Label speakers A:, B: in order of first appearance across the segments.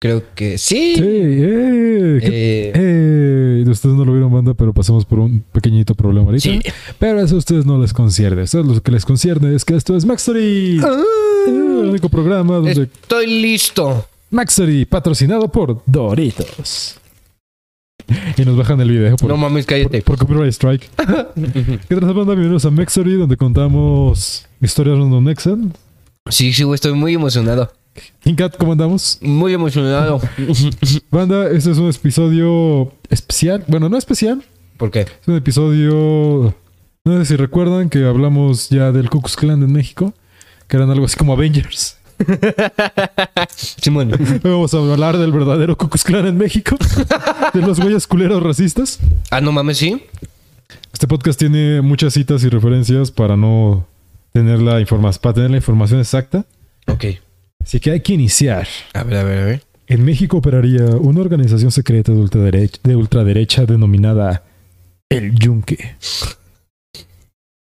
A: creo que sí. Eh,
B: Sí, ey, eh, ¿qué- ey? ustedes no lo vieron banda, pero pasamos por un pequeñito problema ahorita.
A: Sí.
B: Pero eso a ustedes no les concierne. A ustedes lo que les concierne es que esto es Maxory.
A: Ah.
B: El único programa donde
A: Estoy listo.
B: Maxory, patrocinado por Doritos. Y nos bajan el video por,
A: no mames, cállate.
B: por, por copyright strike. ¿Qué tal banda? Bienvenidos a Maxory, donde contamos historias random Nexen.
A: Sí, sí, güey, estoy muy emocionado.
B: Incat, ¿cómo andamos?
A: Muy emocionado.
B: Banda, este es un episodio especial. Bueno, no especial,
A: ¿Por qué?
B: Es un episodio. No sé si recuerdan que hablamos ya del Ku Klux Klan en México, que eran algo así como Avengers.
A: Simón.
B: Hoy vamos a hablar del verdadero Ku Klux Klan en México, de los güeyes culeros racistas.
A: Ah, no mames, sí.
B: Este podcast tiene muchas citas y referencias para no tener la información, para tener la información exacta.
A: Ok.
B: Así que hay que iniciar.
A: A ver, a ver, a ver.
B: En México operaría una organización secreta de ultraderecha, de ultraderecha denominada El Yunque.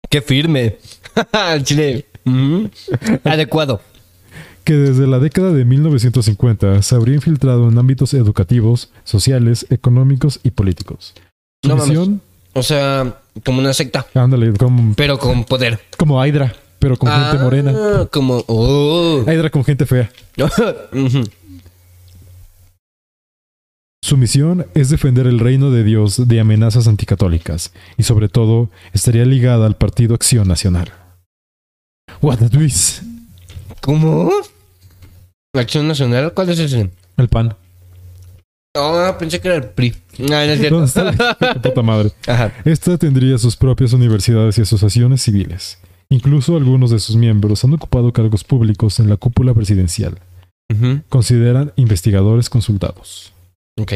A: Qué firme. Al Chile. Ujú. Adecuado.
B: que desde la década de 1950 se habría infiltrado en ámbitos educativos, sociales, económicos y políticos. Su
A: No mames.
B: misión,
A: O sea, como una secta,
B: ándale, como,
A: pero con poder.
B: como Hydra, pero con gente
A: Ah,
B: morena.
A: Como. Oh.
B: Hydra con gente fea.
A: Ujú.
B: Su misión es defender el reino de Dios de amenazas anticatólicas y sobre todo estaría ligada al Partido Acción Nacional. What the twist.
A: ¿Cómo? ¿Acción Nacional? ¿Cuál es ese?
B: El pan.
A: Ah, pensé que era el PRI. Ah, no es cierto.
B: ¿Dónde está? Qué puta madre.
A: Ajá.
B: Esta tendría sus propias universidades y asociaciones civiles. Incluso algunos de sus miembros han ocupado cargos públicos en la cúpula presidencial.
A: Ujú.
B: Consideran investigadores consultados.
A: Ok.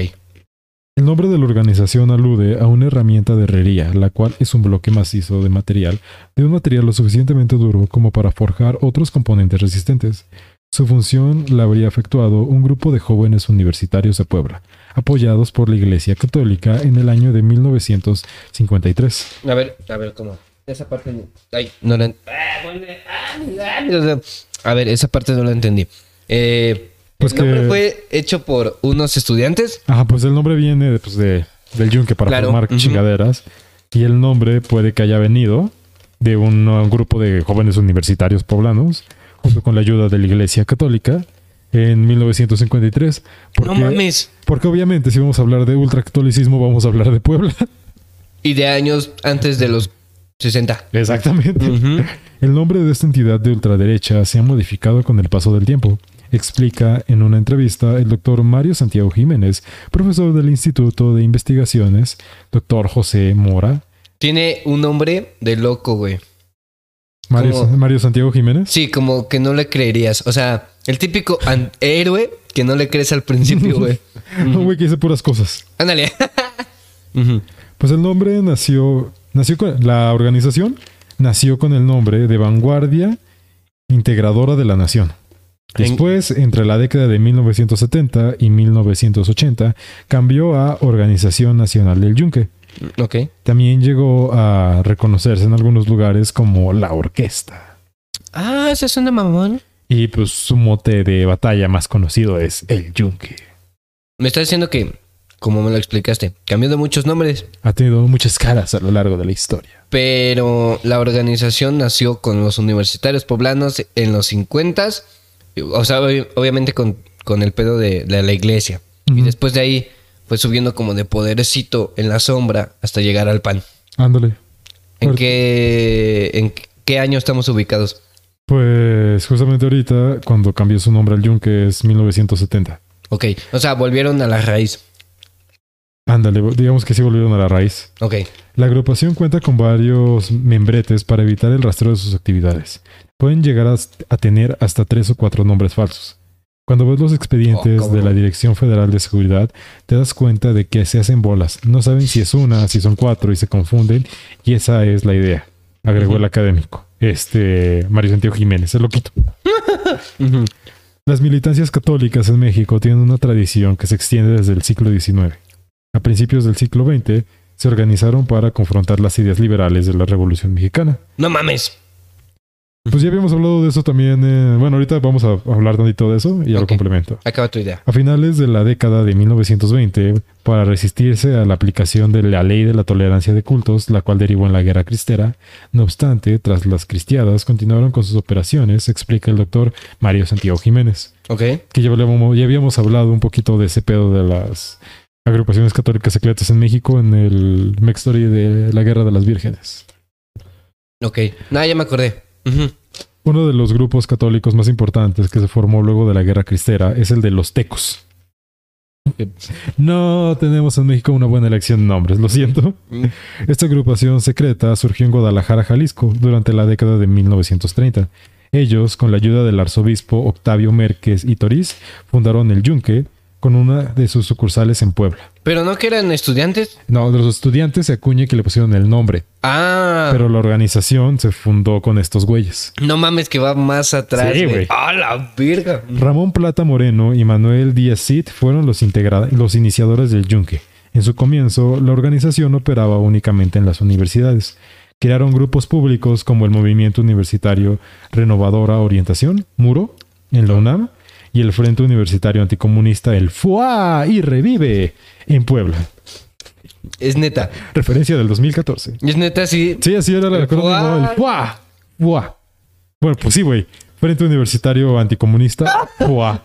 B: El nombre de la organización alude a una herramienta de herrería, la cual es un bloque macizo de material, de un material lo suficientemente duro como para forjar otros componentes resistentes. Su función la habría efectuado un grupo de jóvenes universitarios de Puebla, apoyados por la Iglesia Católica en el año de 1953.
A: A ver, a ver, ¿cómo? Esa parte no. Ay, no la. Ah, ponle- ah, ah, o sea, A ver, esa parte no la entendí. Eh,
B: Pues
A: el nombre
B: que-
A: fue hecho por unos estudiantes.
B: Ajá, pues el nombre viene pues, de, del yunque para
A: Claro,
B: formar
A: ujú.
B: chingaderas. Y el nombre puede que haya venido de un, un grupo de jóvenes universitarios poblanos, junto con la ayuda de la Iglesia Católica, en 1953. Porque,
A: No mames.
B: porque obviamente si vamos a hablar de ultracatolicismo, vamos a hablar de Puebla.
A: Y de años antes de los 60.
B: Exactamente.
A: Ujú.
B: El nombre de esta entidad de ultraderecha se ha modificado con el paso del tiempo, explica en una entrevista el doctor Mario Santiago Jiménez, profesor del Instituto de Investigaciones, doctor José Mora.
A: Tiene un nombre de loco, güey.
B: Mario,
A: ¿Cómo?
B: Mario Santiago Jiménez.
A: Sí, como que no le creerías. O sea, el típico an- héroe que no le crees al principio, güey.
B: Un güey que dice puras cosas.
A: Ándale. Ujú.
B: Pues el nombre nació, nació con, la organización nació con el nombre de Vanguardia Integradora de la Nación. Después, entre la década de 1970 y 1980, cambió a Organización Nacional del Yunque.
A: Ok.
B: También llegó a reconocerse en algunos lugares como la orquesta.
A: Ah, ese es una mamón.
B: Y pues su mote de batalla más conocido es el yunque.
A: Me está diciendo que, como me lo explicaste, cambió de muchos nombres,
B: Ha tenido muchas caras a lo largo de la historia.
A: pero la organización nació con los universitarios poblanos en los 50 o sea, ob- obviamente con, con el pedo de, de la iglesia. Y
B: Ujú.
A: después de ahí fue subiendo como de podercito en la sombra hasta llegar al pan.
B: Ándale.
A: ¿En
B: Ahorita-
A: qué, ¿En qué año estamos ubicados?
B: Pues justamente ahorita, cuando cambió su nombre al yunque, es 1970.
A: Ok, o sea, volvieron a la raíz.
B: Ándale, digamos que sí volvieron a la raíz.
A: Ok,
B: La agrupación cuenta con varios membretes para evitar el rastreo de sus actividades. Pueden llegar a, a tener hasta tres o cuatro nombres falsos. Cuando ves los expedientes
A: Oh, cabrón.
B: de la Dirección Federal de Seguridad, te das cuenta de que se hacen bolas. No saben si es una, si son cuatro y se confunden. Y esa es la idea, agregó
A: Ujú.
B: el académico. Este, Mario Santiago Jiménez, el loquito.
A: Ujú.
B: Las militancias católicas en México tienen una tradición que se extiende desde el siglo XIX. A principios del siglo XX se organizaron para confrontar las ideas liberales de la Revolución Mexicana.
A: no mames.
B: Pues ya habíamos hablado de eso también. eh, bueno, ahorita vamos a hablar tantito de eso y ya lo
A: Ok.
B: complemento.
A: Acaba tu idea.
B: A finales de la década de 1920, para resistirse a la aplicación de la ley de la tolerancia de cultos, la cual derivó en la guerra cristera, no obstante, tras las cristiadas continuaron con sus operaciones, explica el doctor Mario Santiago Jiménez,
A: Ok.
B: que ya, hablábamos- ya habíamos hablado un poquito de ese pedo de las agrupaciones católicas secretas en México en el Mextory de la Guerra de las Vírgenes.
A: Ok. Nada, ya me acordé. Ujú.
B: Uno de los grupos católicos más importantes que se formó luego de la Guerra Cristera es el de los tecos. No tenemos en México una buena elección de nombres, lo siento.
A: Mm.
B: Esta agrupación secreta surgió en Guadalajara, Jalisco, durante la década de 1930. Ellos, con la ayuda del arzobispo Octavio Mérquez y Toriz, fundaron el Yunque con una de sus sucursales en Puebla.
A: Pero no que eran estudiantes.
B: No, de los estudiantes se acuña que le pusieron el nombre,
A: Ah.
B: pero la organización se fundó con estos güeyes.
A: No mames que va más atrás.
B: Sí, güey.
A: güey. ¡A la verga!
B: Ramón Plata Moreno y Manuel Díaz Cid fueron los, integra- los iniciadores del Yunque. En su comienzo, la organización operaba únicamente en las universidades. Crearon grupos públicos como el Movimiento Universitario Renovadora Orientación, Muro, en la UNAM, y el Frente Universitario Anticomunista, el FUA y Revive, en Puebla.
A: Es neta.
B: Referencia del 2014.
A: Es neta, sí.
B: Sí, así era la
A: El
B: acrónimo.
A: FUA.
B: El FUA. FUA. Bueno, pues sí, güey. Frente Universitario Anticomunista, FUA.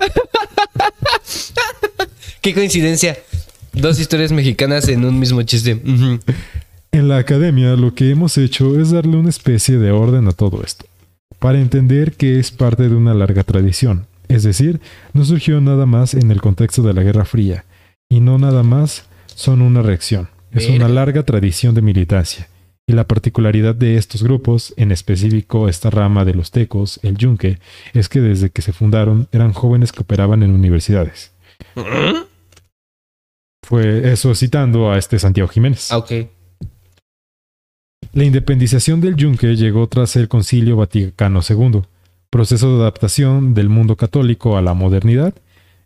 A: Qué coincidencia. Dos historias mexicanas en un mismo chiste. Ujú.
B: En la academia lo que hemos hecho es darle una especie de orden a todo esto, para entender que es parte de una larga tradición, es decir, no surgió nada más en el contexto de la Guerra Fría, y no nada más son una reacción, es una
A: Verga.
B: larga tradición de militancia. Y la particularidad de estos grupos, en específico esta rama de los tecos, el yunque, es que desde que se fundaron eran jóvenes que operaban en universidades.
A: Ah,
B: Fue eso citando a este Santiago Jiménez.
A: Ah, ok.
B: La independización del yunque llegó tras el Concilio Vaticano II, proceso de adaptación del mundo católico a la modernidad.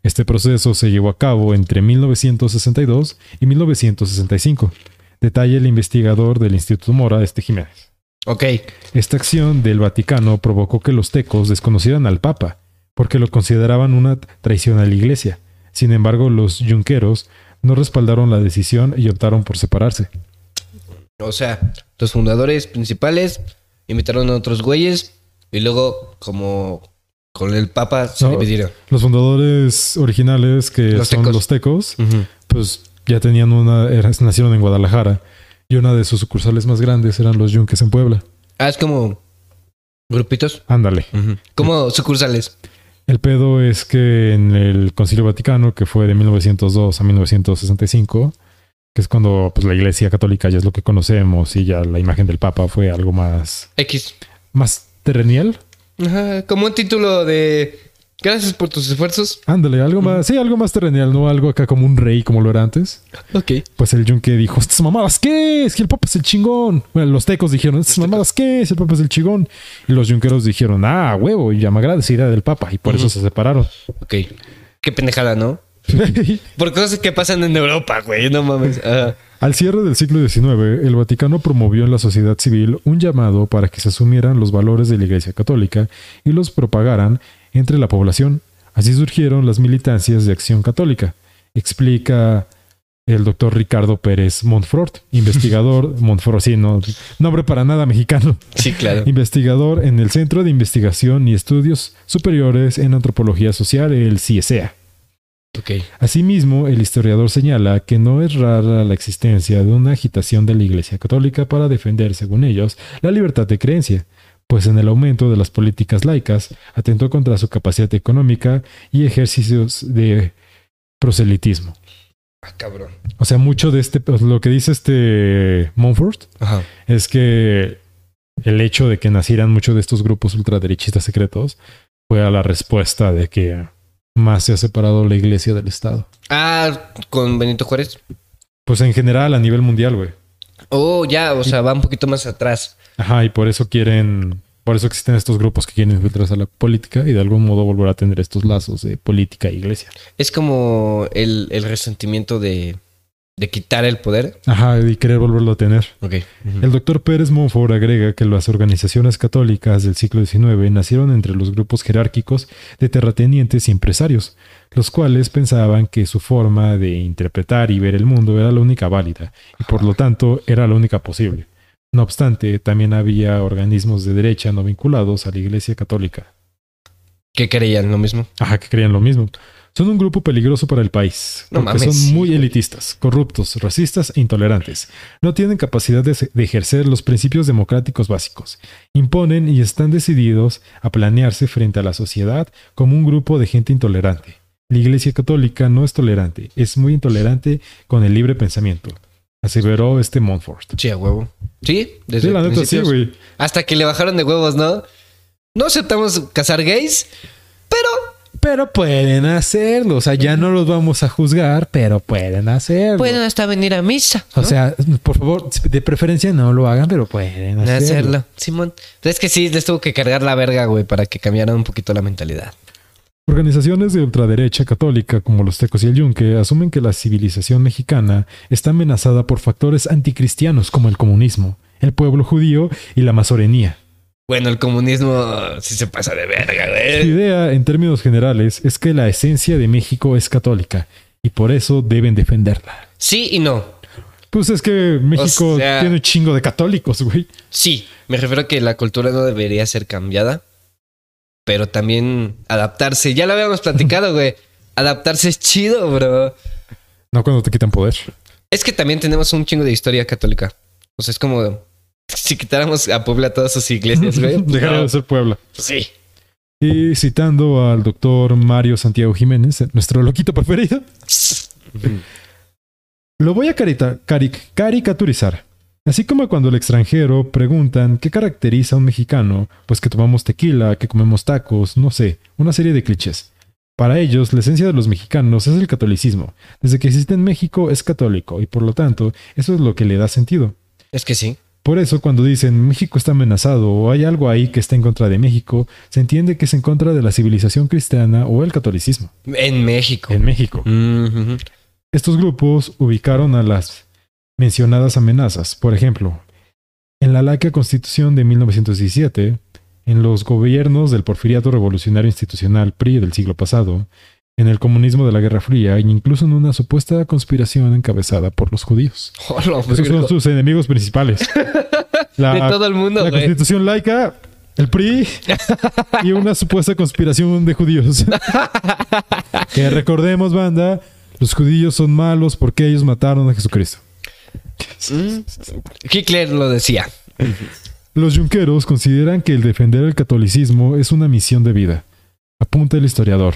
B: Este proceso se llevó a cabo entre 1962 y 1965. Detalla el investigador del Instituto Mora, este Jiménez.
A: Ok.
B: Esta acción del Vaticano provocó que los tecos desconocieran al Papa, porque lo consideraban una traición a la Iglesia. Sin embargo, los yunqueros no respaldaron la decisión y optaron por separarse.
A: O sea, los fundadores principales invitaron a otros güeyes y luego, como con el papa, se
B: No.
A: dividieron.
B: Los fundadores originales, que
A: Los
B: son
A: tecos.
B: los tecos, pues ya tenían una, eran- nacieron en Guadalajara y una de sus sucursales más grandes eran los yunques en Puebla.
A: Ah, es como grupitos.
B: Ándale.
A: Como sucursales.
B: El pedo es que en el Concilio Vaticano, que fue de 1902 a 1965, que es cuando pues, la Iglesia Católica ya es lo que conocemos y ya la imagen del Papa fue algo más,
A: X.
B: más terrenial.
A: Ajá, Como un título de gracias por tus esfuerzos.
B: Ándale, algo más, sí, algo más terrenial, no algo acá como un rey como lo era antes.
A: Ok.
B: Pues el yunque dijo, estas mamadas, ¿qué? Es que el papa es el chingón. Bueno, los tecos dijeron, estas mamadas, ¿qué? Es el papa es el chingón. Y los yunqueros dijeron, ah, huevo, y llama agradecida del papa. Y por eso se separaron.
A: Ok. Qué pendejada, ¿no? Por cosas que pasan en Europa, güey. No mames. Ah, Ajá.
B: Al cierre del siglo XIX, el Vaticano promovió en la sociedad civil un llamado para que se asumieran los valores de la Iglesia Católica y los propagaran entre la población. Así surgieron las militancias de acción católica, explica el doctor Ricardo Pérez Montfort, investigador montfortino, nombre para nada mexicano.
A: Sí, claro.
B: Investigador en el Centro de Investigación y Estudios Superiores en Antropología Social, el E CIESEA.
A: Ok.
B: Asimismo, el historiador señala que no es rara la existencia de una agitación de la Iglesia Católica para defender, según ellos, la libertad de creencia, pues en el aumento de las políticas laicas atentó contra su capacidad económica y ejercicios de proselitismo.
A: Ah, cabrón.
B: O sea, mucho de este, pues, lo que dice este Montfort
A: Ajá.
B: es que el hecho de que nacieran muchos de estos grupos ultraderechistas secretos fue a la respuesta de que más se ha separado la Iglesia del Estado.
A: Ah, con Benito Juárez.
B: Pues en general a nivel mundial, güey.
A: Oh, ya, o sea, va un poquito más atrás.
B: Ajá, y por eso quieren, por eso existen estos grupos que quieren infiltrarse a la política y de algún modo volver a tener estos lazos de política e iglesia.
A: Es como el, el resentimiento de, de quitar el poder.
B: Ajá, y querer volverlo a tener.
A: Ok. Ujú.
B: El doctor Pérez Monfort agrega que las organizaciones católicas del siglo XIX nacieron entre los grupos jerárquicos de terratenientes y empresarios, los cuales pensaban que su forma de interpretar y ver el mundo era la única válida, y por lo tanto era la única posible. No obstante, también había organismos de derecha no vinculados a la Iglesia Católica.
A: ¿Qué creían? Lo mismo.
B: Ajá, que creían lo mismo. Son un grupo peligroso para el país,
A: No
B: porque
A: mames,
B: son
A: sí,
B: muy
A: güey.
B: elitistas, corruptos, racistas e intolerantes. No tienen capacidad de, se- de ejercer los principios democráticos básicos. Imponen y están decididos a planearse frente a la sociedad como un grupo de gente intolerante. La Iglesia Católica no es tolerante, es muy intolerante con el libre pensamiento, aseveró este Montfort.
A: Sí, a huevo. Sí, desde
B: Sí, la neta sí,
A: principios.
B: güey.
A: Hasta que le bajaron de huevos, ¿no? No aceptamos casar gays, pero
B: Pero pueden hacerlo, o sea, ya no los vamos a juzgar, pero pueden hacerlo.
A: pueden hasta venir a misa.
B: O
A: ¿no?
B: sea, por favor, de preferencia no lo hagan, pero pueden
A: De
B: hacerlo.
A: hacerlo. Simón. Es que sí, les tuvo que cargar la verga, güey, para que cambiaran un poquito la mentalidad.
B: Organizaciones de ultraderecha católica como los Tecos y el Yunque asumen que la civilización mexicana está amenazada por factores anticristianos como el comunismo, el pueblo judío y la masorenía.
A: Bueno, el comunismo sí se pasa de verga,
B: Su
A: güey.
B: idea, en términos generales, es que la esencia de México es católica y por eso deben defenderla.
A: Sí y no.
B: Pues es que México
A: O sea-
B: tiene un chingo de católicos, güey.
A: Sí, me refiero a que la cultura no debería ser cambiada, pero también adaptarse. Ya lo habíamos platicado, güey. Adaptarse es chido, bro.
B: No cuando te quitan poder.
A: Es que también tenemos un chingo de historia católica. O sea, es como si quitáramos a Puebla todas sus iglesias, güey.
B: Dejaría
A: No,
B: de ser Puebla.
A: Sí.
B: Y citando al doctor Mario Santiago Jiménez, eh, nuestro loquito preferido, lo voy a carita- caric- caricaturizar. Así como cuando al extranjero preguntan qué caracteriza a un mexicano, pues que tomamos tequila, que comemos tacos, no sé, una serie de clichés. Para ellos, la esencia de los mexicanos es el catolicismo. Desde que existe en México es católico y por lo tanto, eso es lo que le da sentido.
A: Es que sí.
B: Por eso cuando dicen México está amenazado o hay algo ahí que está en contra de México, se entiende que es en contra de la civilización cristiana o el catolicismo
A: En México.
B: en México.
A: Mhm.
B: Estos grupos ubicaron a las mencionadas amenazas, por ejemplo, en la laica constitución de 1917, en los gobiernos del porfiriato revolucionario institucional PRI del siglo pasado, en el comunismo de la Guerra Fría e incluso en una supuesta conspiración encabezada por los judíos.
A: Hola,
B: Esos
A: verga.
B: son sus enemigos principales. La,
A: pues, de todo el mundo,
B: la
A: güey.
B: constitución laica, el PRI y una supuesta conspiración de judíos. que recordemos, banda, los judíos son malos porque ellos mataron a Jesucristo.
A: Mm. Hitler lo decía.
B: Los yunqueros consideran que el defender el catolicismo es una misión de vida, apunta el historiador.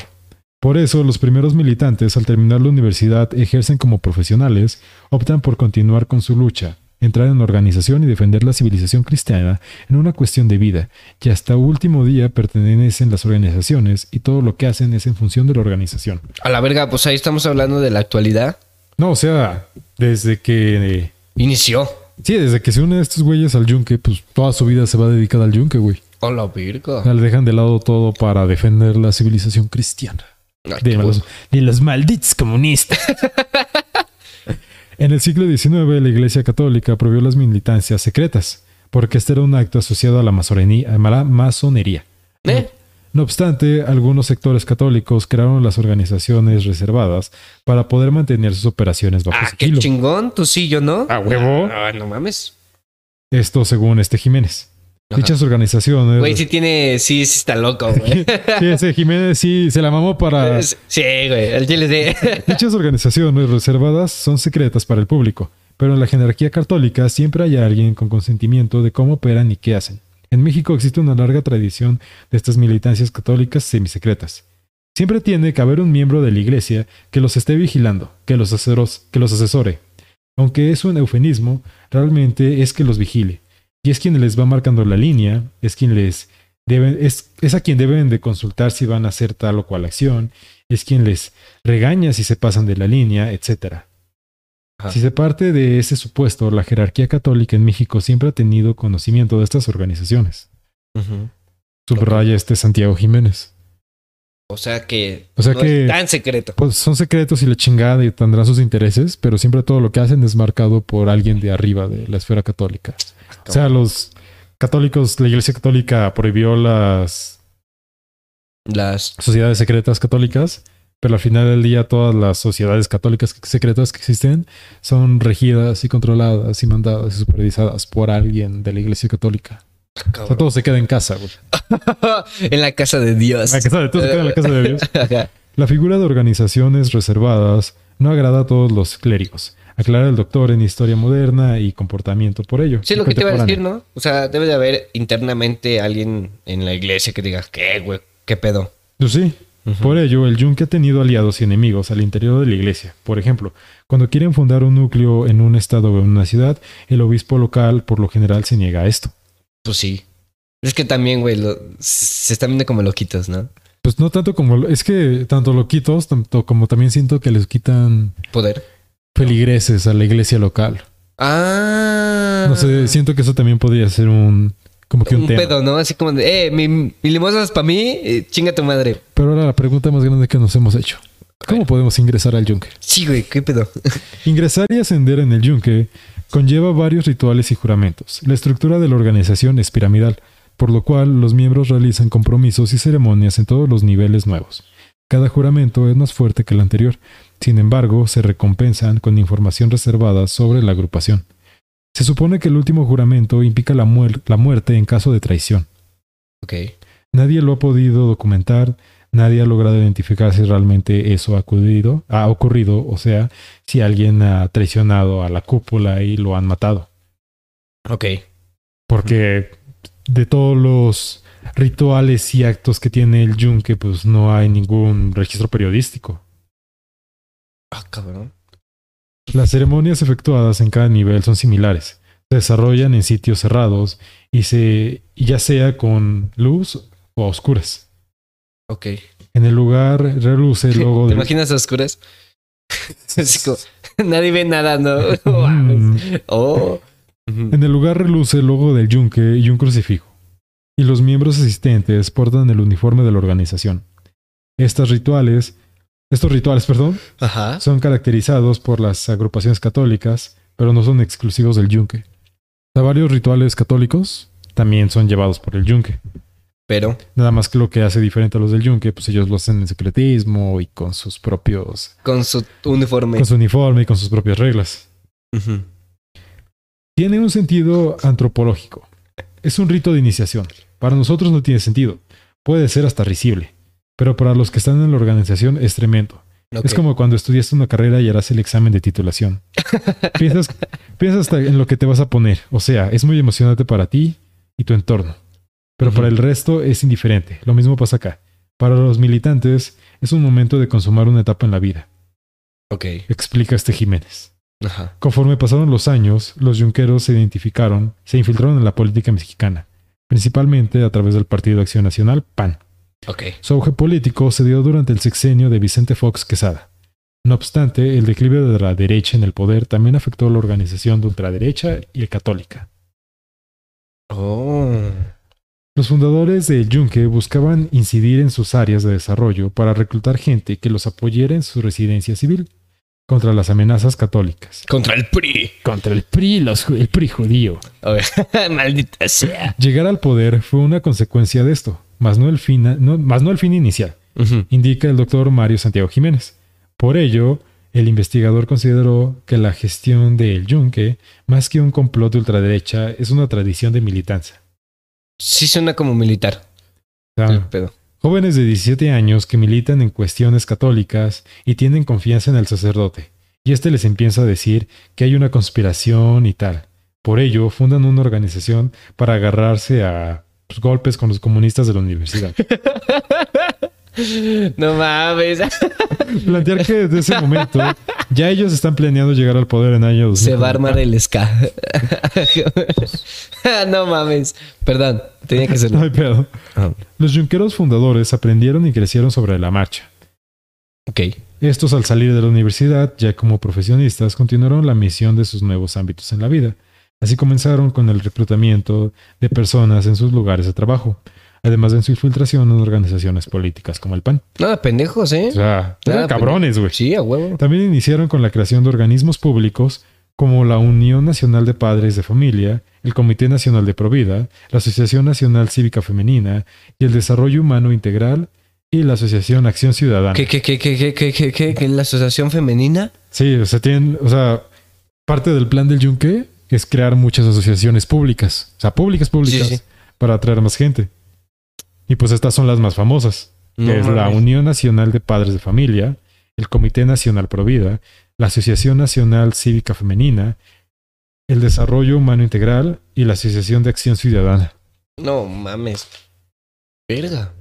B: Por eso, los primeros militantes, al terminar la universidad, ejercen como profesionales, optan por continuar con su lucha, entrar en la organización y defender la civilización cristiana en una cuestión de vida, y hasta último día pertenecen las organizaciones y todo lo que hacen es en función de la organización.
A: A la verga, pues ahí estamos hablando de la actualidad.
B: No, o sea, desde que... eh,
A: Inició.
B: sí, desde que se unen estos güeyes al yunque, pues toda su vida se va dedicada al yunque, güey.
A: Hola, Virgo.
B: O sea, le dejan de lado todo para defender la civilización cristiana.
A: Ay,
B: De
A: Ah, qué ¿Eh?
B: los, de los malditos comunistas. en el siglo XIX, la Iglesia Católica prohibió las militancias secretas, porque este era un acto asociado a la masorería- a la masonería.
A: ¿Eh?
B: No pues, obstante, algunos sectores católicos crearon las organizaciones reservadas para poder mantener sus operaciones bajo
A: Ah, qué
B: sigilo.
A: chingón. Tú sí, yo no.
B: ¡A huevo!
A: Ah, no mames.
B: Esto según este Jiménez.
A: Ajá.
B: Dichas organizaciones...
A: Güey, sí tiene. Sí, sí está loco, güey.
B: Sí, ese Jiménez sí se la mamó para...
A: Sí, güey. El GLD.
B: Dichas organizaciones reservadas son secretas para el público, pero en la jerarquía católica siempre hay alguien con consentimiento de cómo operan y qué hacen. En México existe una larga tradición de estas militancias católicas semisecretas. Siempre tiene que haber un miembro de la iglesia que los esté vigilando, que los, aseros- que los asesore. Aunque es un eufemismo, realmente es que los vigile. Y es quien les va marcando la línea, es quien les deben, es, es a quien deben de consultar si van a hacer tal o cual acción, es quien les regaña si se pasan de la línea, etc.
A: Ajá.
B: Si se parte de ese supuesto, la jerarquía católica en México siempre ha tenido conocimiento de estas organizaciones,
A: Ujú.
B: subraya este Santiago Jiménez.
A: O sea que
B: O sea
A: no
B: que-
A: es tan secreto.
B: Pues son secretos y la chingada y tendrán sus intereses, pero siempre todo lo que hacen es marcado por alguien de arriba de la esfera católica. O sea, los católicos, la iglesia católica prohibió las
A: Las
B: sociedades secretas católicas, pero al final del día todas las sociedades católicas secretas que existen son regidas y controladas y mandadas y supervisadas por alguien de la iglesia católica. O sea, todo se queda en casa, güey.
A: en la casa de Dios.
B: La casa de- todo se queda en la casa de Dios.
A: Ajá.
B: La figura de organizaciones reservadas no agrada a todos los clérigos, aclara el doctor en historia moderna y comportamiento por ello.
A: Sí, lo que te iba a decir, ¿no? O sea, debe de haber internamente alguien en la iglesia que diga, ¿qué, güey? ¿Qué pedo?
B: Pues sí. Por ello, el yunque ha tenido aliados y enemigos al interior de la iglesia. Por ejemplo, cuando quieren fundar un núcleo en un estado o en una ciudad, el obispo local por lo general se niega a esto.
A: Pues sí. Es que también, güey, lo- se están viendo como loquitos, ¿no?
B: Pues no tanto como... Es que tanto lo quitos, tanto como también siento que les quitan
A: Poder.
B: feligreses a la iglesia local.
A: Ah.
B: No sé, siento que eso también podría ser un... Como que un,
A: un
B: tema.
A: pedo, ¿no? Así como de, eh, mi, mi limosna es para mí, eh, chinga tu madre.
B: Pero ahora la pregunta más grande que nos hemos hecho. ¿Cómo podemos ingresar al yunque?
A: Sí, güey, qué pedo.
B: Ingresar y ascender en el yunque conlleva varios rituales y juramentos. La estructura de la organización es piramidal, por lo cual los miembros realizan compromisos y ceremonias en todos los niveles nuevos. Cada juramento es más fuerte que el anterior, sin embargo, se recompensan con información reservada sobre la agrupación. Se supone que el último juramento implica la, muer- la muerte en caso de traición.
A: Ok.
B: Nadie lo ha podido documentar, nadie ha logrado identificar si realmente eso ha ocurrido, ha ocurrido, o sea, si alguien ha traicionado a la cúpula y lo han matado.
A: Ok.
B: Porque de todos los rituales y actos que tiene el yunque, pues no hay ningún registro periodístico.
A: Ah, cabrón.
B: Las ceremonias efectuadas en cada nivel son similares. Se desarrollan en sitios cerrados y se, y ya sea con luz o a oscuras.
A: Ok.
B: En el lugar reluce el logo
A: ¿Te
B: del
A: imaginas a oscuras? Así como, nadie ve nada, ¿no?
B: Mm.
A: oh. Ujú.
B: En el lugar reluce el logo del yunque y un crucifijo, y los miembros asistentes portan el uniforme de la organización. Estos rituales, estos rituales, perdón,
A: Ajá.
B: son caracterizados por las agrupaciones católicas, pero no son exclusivos del yunque. O sea, varios rituales católicos también son llevados por el yunque.
A: Pero,
B: Nada más que lo que hace diferente a los del yunque, pues ellos lo hacen en secretismo y con sus propios,
A: con su uniforme.
B: con su uniforme y con sus propias reglas.
A: Ujú.
B: Tiene un sentido antropológico. Es un rito de iniciación. Para nosotros no tiene sentido. Puede ser hasta risible. Pero para los que están en la organización es tremendo.
A: Ok.
B: Es como cuando estudiaste una carrera y harás el examen de titulación. piensas, piensas hasta en lo que te vas a poner. O sea, es muy emocionante para ti y tu entorno. Pero
A: Ujú.
B: para el resto es indiferente. Lo mismo pasa acá. Para los militantes es un momento de consumar una etapa en la vida.
A: Ok.
B: Explica este Jiménez.
A: Ajá.
B: Conforme pasaron los años, los yunqueros se identificaron, se infiltraron en la política mexicana, principalmente a través del Partido Acción Nacional, PAN.
A: Ok.
B: Su auge político se dio durante el sexenio de Vicente Fox Quesada. No obstante, el declive de la derecha en el poder también afectó a la organización de ultraderecha y católica.
A: Oh.
B: Los fundadores del Yunque buscaban incidir en sus áreas de desarrollo para reclutar gente que los apoyara en su residencia civil contra las amenazas católicas.
A: Contra el PRI.
B: Contra el PRI, los, el PRI judío.
A: A ver, Maldita sea.
B: Llegar al poder fue una consecuencia de esto, más no el fin, no- más no el fin inicial,
A: Ujú.
B: indica el doctor Mario Santiago Jiménez. Por ello, el investigador consideró que la gestión del yunque, más que un complot de ultraderecha, es una tradición de militancia.
A: Sí suena como militar.
B: O sea,
A: El pedo.
B: Jóvenes de 17 años que militan en cuestiones católicas y tienen confianza en el sacerdote, y éste les empieza a decir que hay una conspiración y tal. Por ello, fundan una organización para agarrarse a pues, golpes con los comunistas de la universidad.
A: No mames.
B: Plantear que desde ese momento ya ellos están planeando llegar al poder en año 2000.
A: Se va a armar el ska. no mames. Perdón, tenía que ser.
B: No hay pedo.
A: Ah.
B: Los yunqueros fundadores aprendieron y crecieron sobre la marcha.
A: ok.
B: Estos al salir de la universidad, ya como profesionistas, continuaron la misión de sus nuevos ámbitos en la vida. Así comenzaron con el reclutamiento de personas en sus lugares de trabajo, Además de su infiltración en organizaciones políticas como el PAN.
A: Nada, pendejos, ¿eh?
B: O sea,
A: Nada,
B: eran cabrones, güey.
A: Sí, a huevo.
B: También iniciaron con la creación de organismos públicos como la Unión Nacional de Padres de Familia, el Comité Nacional de Provida, la Asociación Nacional Cívica Femenina y el Desarrollo Humano Integral y la Asociación Acción Ciudadana.
A: ¿Qué, qué, qué, qué, qué, qué, qué, qué, qué? ¿La asociación femenina?
B: Sí, o sea, tienen, o sea, parte del plan del Yunque es crear muchas asociaciones públicas, o sea, públicas, públicas,
A: Sí, sí.
B: para atraer más gente. Y pues estas son las más famosas.
A: No
B: que es la
A: mames.
B: Unión Nacional de Padres de Familia, el Comité Nacional Provida, la Asociación Nacional Cívica Femenina, el Desarrollo Humano Integral y la Asociación de Acción Ciudadana.
A: No mames. Verga.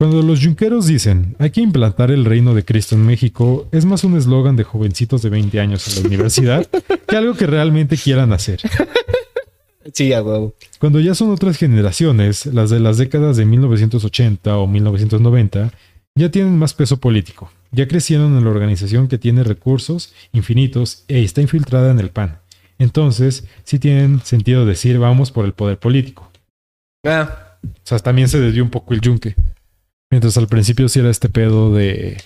B: Cuando los yunqueros dicen hay que implantar el reino de Cristo en México, es más un eslogan de jovencitos de 20 años en la universidad que algo que realmente quieran hacer.
A: Sí, a huevo.
B: Cuando ya son otras generaciones, las de las décadas de 1980 o 1990, ya tienen más peso político. Ya crecieron en la organización que tiene recursos infinitos e está infiltrada en el PAN. Entonces, sí tienen sentido decir vamos por el poder político.
A: Ah,
B: O sea, también se desvió un poco el yunque. Mientras al principio sí era este pedo de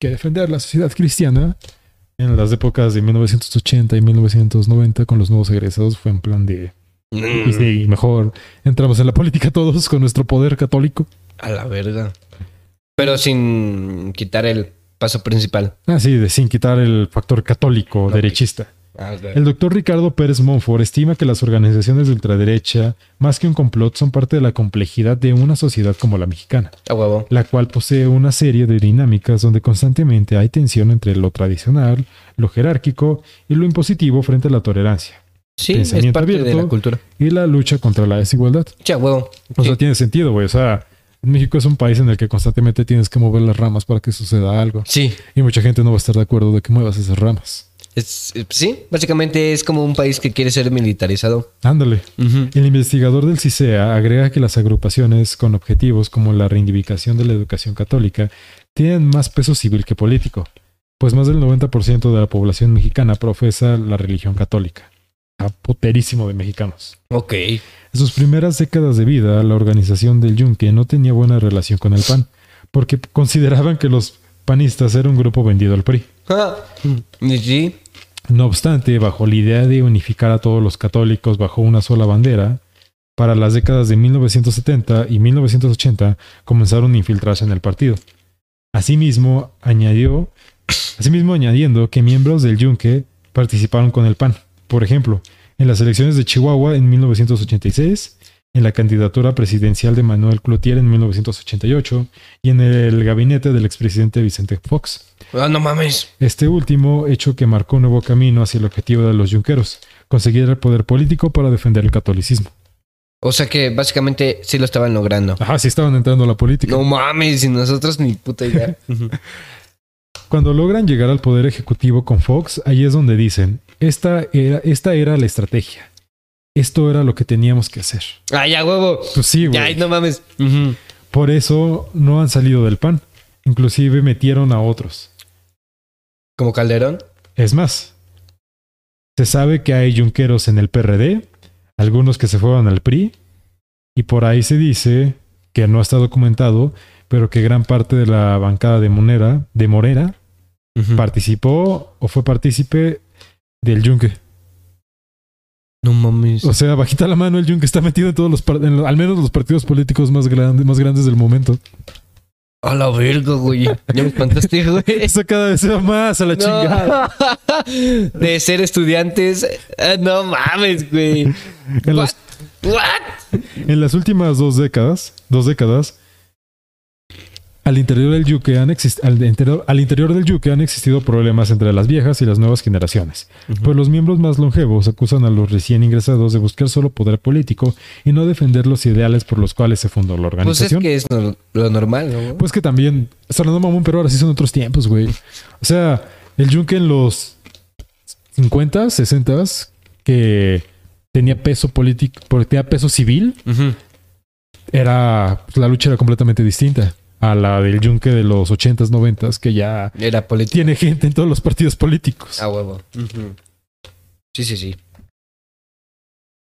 B: que defender la sociedad cristiana, en las épocas de 1980 y 1990 con los nuevos egresados fue en plan de... Y sí, mejor entramos en la política todos con nuestro poder católico.
A: a la verga. Pero sin quitar el paso principal.
B: Así, Ah, de sin quitar el factor católico
A: Ok.
B: derechista.
A: Ah,
B: El doctor Ricardo Pérez Monfort estima que las organizaciones de ultraderecha, más que un complot, son parte de la complejidad de una sociedad como la mexicana,
A: A huevo.
B: la cual posee una serie de dinámicas donde constantemente hay tensión entre lo tradicional, lo jerárquico y lo impositivo frente a la tolerancia
A: Sí, es
B: Pensamiento
A: parte de
B: abierto.
A: la cultura.
B: y la lucha contra la desigualdad.
A: Sí, a huevo.
B: O sea,
A: Sí.
B: tiene sentido, güey. O sea, México es un país en el que constantemente tienes que mover las ramas para que suceda algo.
A: Sí,
B: Y mucha gente no va a estar de acuerdo de que muevas esas ramas.
A: es- eh, sí, básicamente es como un país que quiere ser militarizado.
B: Ándale.
A: Ujú.
B: El investigador del CISEA agrega que las agrupaciones con objetivos como la reivindicación de la educación católica tienen más peso civil que político, pues más del 90% de la población mexicana profesa la religión católica. Está poterísimo de mexicanos.
A: Ok.
B: En sus primeras décadas de vida, la organización del Yunque no tenía buena relación con el PAN, porque consideraban que los panistas era un grupo vendido al PRI.
A: Ah, y sí,
B: No obstante, bajo la idea de unificar a todos los católicos bajo una sola bandera, para las décadas de 1970 y 1980 comenzaron a infiltrarse en el partido. Asimismo, añadió, asimismo añadiendo que miembros del Yunque participaron con el PAN. Por ejemplo, en las elecciones de Chihuahua en 1986, en la candidatura presidencial de Manuel Cloutier en 1988 y en el gabinete del expresidente Vicente Fox.
A: Ah, no mames.
B: Este último hecho que marcó un nuevo camino hacia el objetivo de los yunqueros, conseguir el poder político para defender el catolicismo.
A: O sea que básicamente sí lo estaban logrando.
B: Ajá, sí estaban entrando a la política.
A: No mames, y nosotros ni puta idea. Ujú.
B: Cuando logran llegar al poder ejecutivo con Fox, ahí es donde dicen, esta era, esta era la estrategia. Esto era lo que teníamos que hacer.
A: Ay, a huevo.
B: Pues sí, güey.
A: Ay, no mames. Ujú.
B: Por eso no han salido del pan. Inclusive metieron a otros.
A: Como Calderón.
B: Es más, se sabe que hay yunqueros en el PRD, algunos que se fueron al PRI, y por ahí se dice que no está documentado, pero que gran parte de la bancada de Monera, de Morera, participó o fue partícipe del yunque.
A: No mames.
B: O sea, bajita la mano, el yunque está metido en todos los, par- en lo- al menos los partidos políticos más grandes, más grandes del momento.
A: A la verga, güey. Ya me espantaste, güey.
B: Eso cada vez se va más a la chingada.
A: No. De ser estudiantes. eh, No mames, güey.
B: En los-
A: What?
B: En las últimas dos décadas, dos décadas, al interior del yunque han exist- al, interior, al interior del yunque han existido problemas entre las viejas y las nuevas generaciones. Pues los miembros más longevos acusan a los recién ingresados de buscar solo poder político y no defender los ideales por los cuales se fundó la
A: Pues es
B: organización.
A: que es no- lo normal, ¿no?
B: Pues que también, sonando mamón, pero ahora sí son otros tiempos, güey. O sea, el yunque en los 50, 60, que tenía peso político, tenía peso civil,
A: Ujú.
B: era la lucha era completamente distinta a la del yunque de los 80s, 90s, que ya
A: Era político.
B: tiene gente en todos los partidos políticos.
A: A huevo. Ujú. Sí, sí, sí.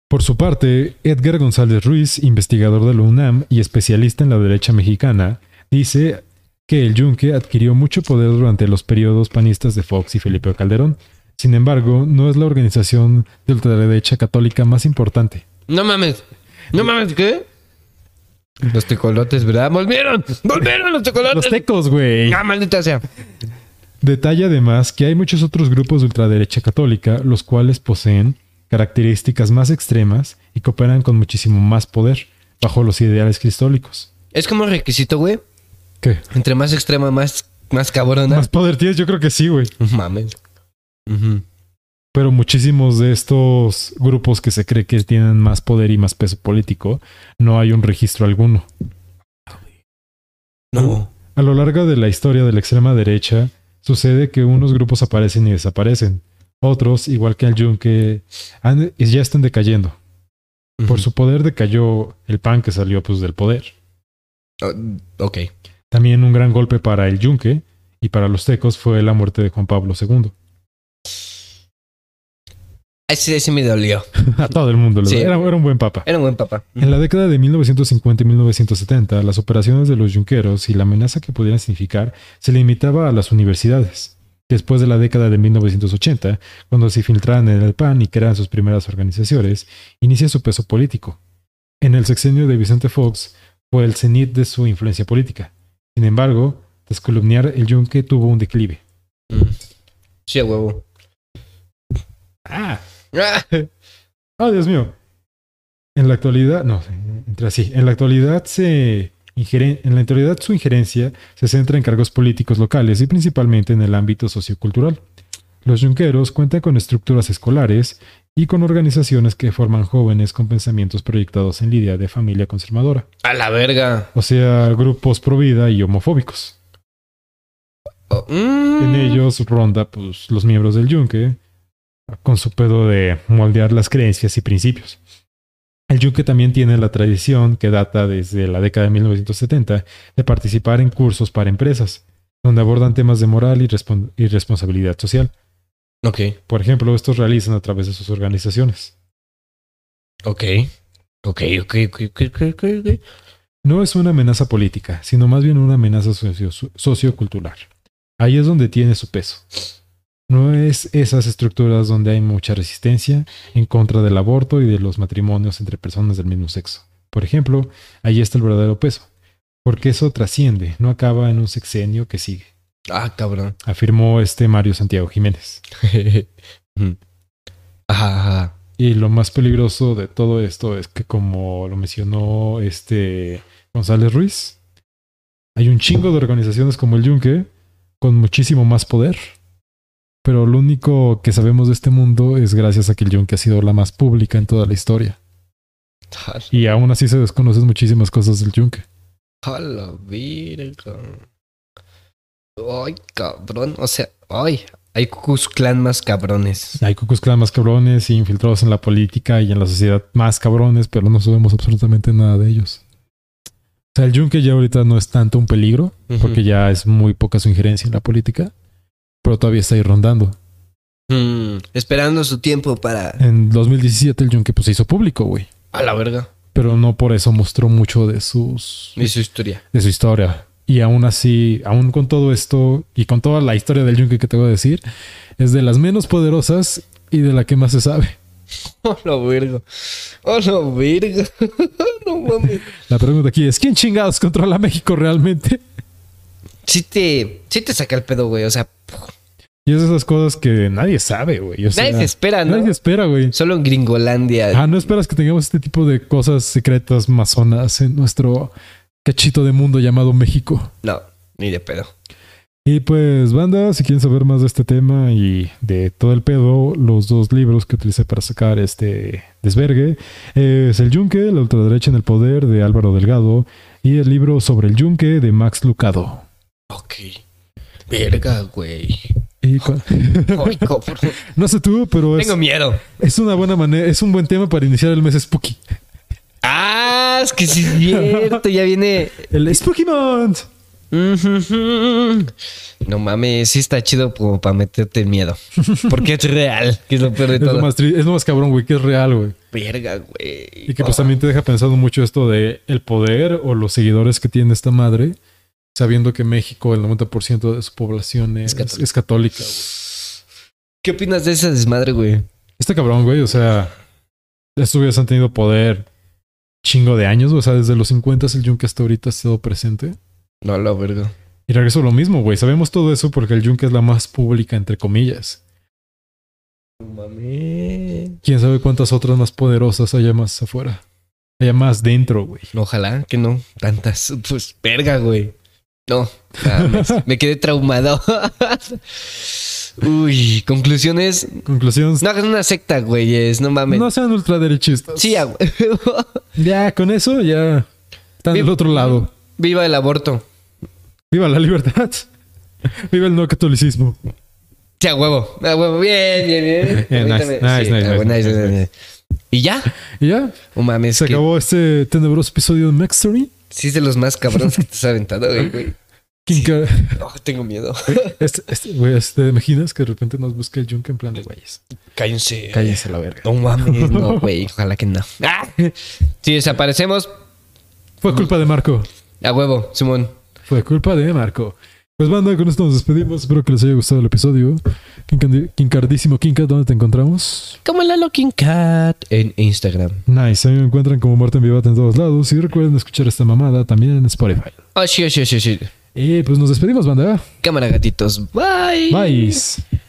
B: Por su parte, Edgar González Ruiz, investigador de la UNAM y especialista en la derecha mexicana, dice que el yunque adquirió mucho poder durante los periodos panistas de Fox y Felipe Calderón. Sin embargo, no es la organización de ultraderecha católica más importante.
A: No mames. No mames, ¿qué? Los tecolotes, ¿verdad? ¡Volvieron! ¡Volvieron los tecolotes!
B: Los tecos, güey.
A: ¡Ah, maldita sea!
B: Detalla además que hay muchos otros grupos de ultraderecha católica, los cuales poseen características más extremas y que operan con muchísimo más poder bajo los ideales cristólicos.
A: Es como requisito, güey.
B: ¿Qué?
A: Entre más extrema, más, más cabrona.
B: Más poder tienes, yo creo que sí, güey.
A: No Mames. Ujú.
B: Pero muchísimos de estos grupos que se cree que tienen más poder y más peso político, no hay un registro alguno.
A: No.
B: A lo largo de la historia de la extrema derecha, sucede que unos grupos aparecen y desaparecen. Otros, igual que el Yunque, han- ya están decayendo. Por su poder decayó el PAN que salió pues, del poder.
A: Ujú. Oh, ok.
B: También un gran golpe para el Yunque y para los tecos fue la muerte de Juan Pablo II.
A: Ese, ese me dolió.
B: A todo el mundo. le
A: Sí.
B: Era, era un buen papa.
A: Era un buen papá.
B: En la década de 1950 y 1970, las operaciones de los yunqueros y la amenaza que pudieran significar se limitaba a las universidades. Después de la década de 1980, cuando se infiltraron en el PAN y crean sus primeras organizaciones, inicia su peso político. En el sexenio de Vicente Fox fue el cenit de su influencia política. Sin embargo, tras columniar el yunque tuvo un declive.
A: Mm. Sí, a huevo.
B: ¡Ah!
A: Ah.
B: ¡Ah, Dios mío! En la actualidad, no, entre así. En la actualidad se ingeren- en la actualidad su injerencia se centra en cargos políticos locales y principalmente en el ámbito sociocultural. Los yunqueros cuentan con estructuras escolares y con organizaciones que forman jóvenes con pensamientos proyectados en la idea de familia conservadora,
A: A la verga.
B: o sea, grupos pro vida y homofóbicos.
A: Oh, mm.
B: En ellos ronda pues, los miembros del yunque con su pedo de moldear las creencias y principios. El yunque también tiene la tradición que data desde la década de 1970 de participar en cursos para empresas, donde abordan temas de moral y, respon- y responsabilidad social.
A: Ok,
B: Por ejemplo, estos realizan a través de sus organizaciones.
A: ok. Ok, ok, ok, ok, ok, ok, ok.
B: No es una amenaza política, sino más bien una amenaza socio- sociocultural. Ahí es donde tiene su peso. No es esas estructuras donde hay mucha resistencia en contra del aborto y de los matrimonios entre personas del mismo sexo. Por ejemplo, ahí está el verdadero peso, porque eso trasciende, no acaba en un sexenio que sigue,
A: Ah, cabrón.
B: afirmó este Mario Santiago Jiménez.
A: Mm. ajá, ajá.
B: Y lo más peligroso de todo esto es que, como lo mencionó este González Ruiz, hay un chingo de organizaciones como el Yunque con muchísimo más poder. Pero lo único que sabemos de este mundo es gracias a que el Yunque ha sido la más pública en toda la historia.
A: A
B: Y aún así se desconocen muchísimas cosas del Yunque.
A: a la verga. Ay, cabrón. O sea, ay. Hay cucus clan más cabrones.
B: Hay cucus clan más cabrones y infiltrados en la política y en la sociedad más cabrones, pero no sabemos absolutamente nada de ellos. O sea, el Yunque ya ahorita no es tanto un peligro. porque
A: Mm.
B: ya es muy poca su injerencia en la política, pero todavía está ahí rondando.
A: Mm, esperando su tiempo para.
B: En 2017 el Yunque pues, se hizo público, güey,
A: A la verga.
B: pero no por eso mostró mucho de sus
A: Y su historia.
B: de su historia. Y aún así, aún con todo esto y con toda la historia del Yunque que te voy a decir, es de las menos poderosas y de la que más se sabe.
A: A la verga. A la verga. no mames.
B: La pregunta aquí es, ¿quién chingados controla México realmente?
A: Sí te, sí te saca el pedo, güey. O sea,
B: Y es de esas cosas que nadie sabe, güey. O sea,
A: nadie se espera, ¿no?
B: Pues ah. Nadie espera, güey.
A: Solo en Gringolandia.
B: Ah, no esperas que tengamos este tipo de cosas secretas masonas en nuestro cachito de mundo llamado México.
A: No, ni de pedo.
B: Y pues, banda, si quieren saber más de este tema y de todo el pedo, los dos libros que utilicé para sacar este desvergue eh, es El Yunque, La Ultraderecha en el Poder de Álvaro Delgado y el libro sobre el Yunque de Max Lucado.
A: Ok. Verga, güey.
B: Y cu-
A: Ay, cabrón.
B: no sé tú, pero es,
A: Tengo miedo.
B: es una buena manera, es un buen tema para iniciar el mes Spooky.
A: Ah, es que sí es cierto. Ya viene.
B: El Spooky Month.
A: No mames, sí está chido como para meterte en miedo. Porque es real, que es lo peor de
B: Es lo,
A: todo.
B: más tri- es lo más cabrón, güey, que es real, güey.
A: verga, güey. Ah.
B: Y que pues también te deja pensando mucho esto de el poder o los seguidores que tiene esta madre, sabiendo que México, el 90% de su población es,
A: Es católica.
B: es católica. güey.
A: ¿Qué opinas de ese desmadre, güey?
B: Este cabrón, güey, o sea, estos güeyes han tenido poder chingo de años, o sea, desde los 50 el yunque hasta ahorita ha estado presente.
A: No, la verga.
B: Y regreso a lo mismo, güey. Sabemos todo eso porque el yunque es la más pública, entre comillas.
A: Mami.
B: Quién sabe cuántas otras más poderosas haya más afuera. Haya más dentro, güey.
A: Ojalá que no. Tantas. Pues, verga, güey. No. nada más. Me quedé traumado. Uy, conclusiones.
B: Conclusión,
A: No hagas una secta, güeyes. No mames.
B: no sean ultraderechistas.
A: Sí, a hue-
B: Ya, con eso ya están del otro lado.
A: Viva el aborto.
B: Viva la libertad. Viva el no catolicismo.
A: Sí, a huevo. A huevo. Bien, bien, bien.
B: Yeah, nice,
A: Permítame.
B: nice,
A: Sí,
B: nice,
A: a huevo,
B: nice,
A: nice,
B: nice,
A: nice, nice. Y ya.
B: Y ya,
A: No mames.
B: se
A: que
B: acabó este tenebroso episodio de Maxtory.
A: Sí, es de los más cabrones que te has aventado, güey, güey. Oh, tengo miedo.
B: Este, este, güey, este, ¿te imaginas que de repente nos busca el Junk en plan de güeyes?
A: Cállense.
B: Cállense la verga.
A: No mames, no, güey. Ojalá que no. ¡Ah! Si desaparecemos,
B: Fue culpa de Marco.
A: a huevo, Simón.
B: Fue culpa de Marco. Pues banda, con esto nos despedimos. Espero que les haya gustado el episodio. Quincandi- Quincardísimo Quinca, ¿dónde te encontramos?
A: Como la Looking Cat en Instagram.
B: Nice, a mí me encuentran como Marta en Vivat en todos lados. Y recuerden escuchar esta mamada también en Spotify.
A: Oh, sí, oh, sí, oh, sí, sí.
B: Y pues nos despedimos, banda.
A: Cámara, gatitos. Bye.
B: Bye.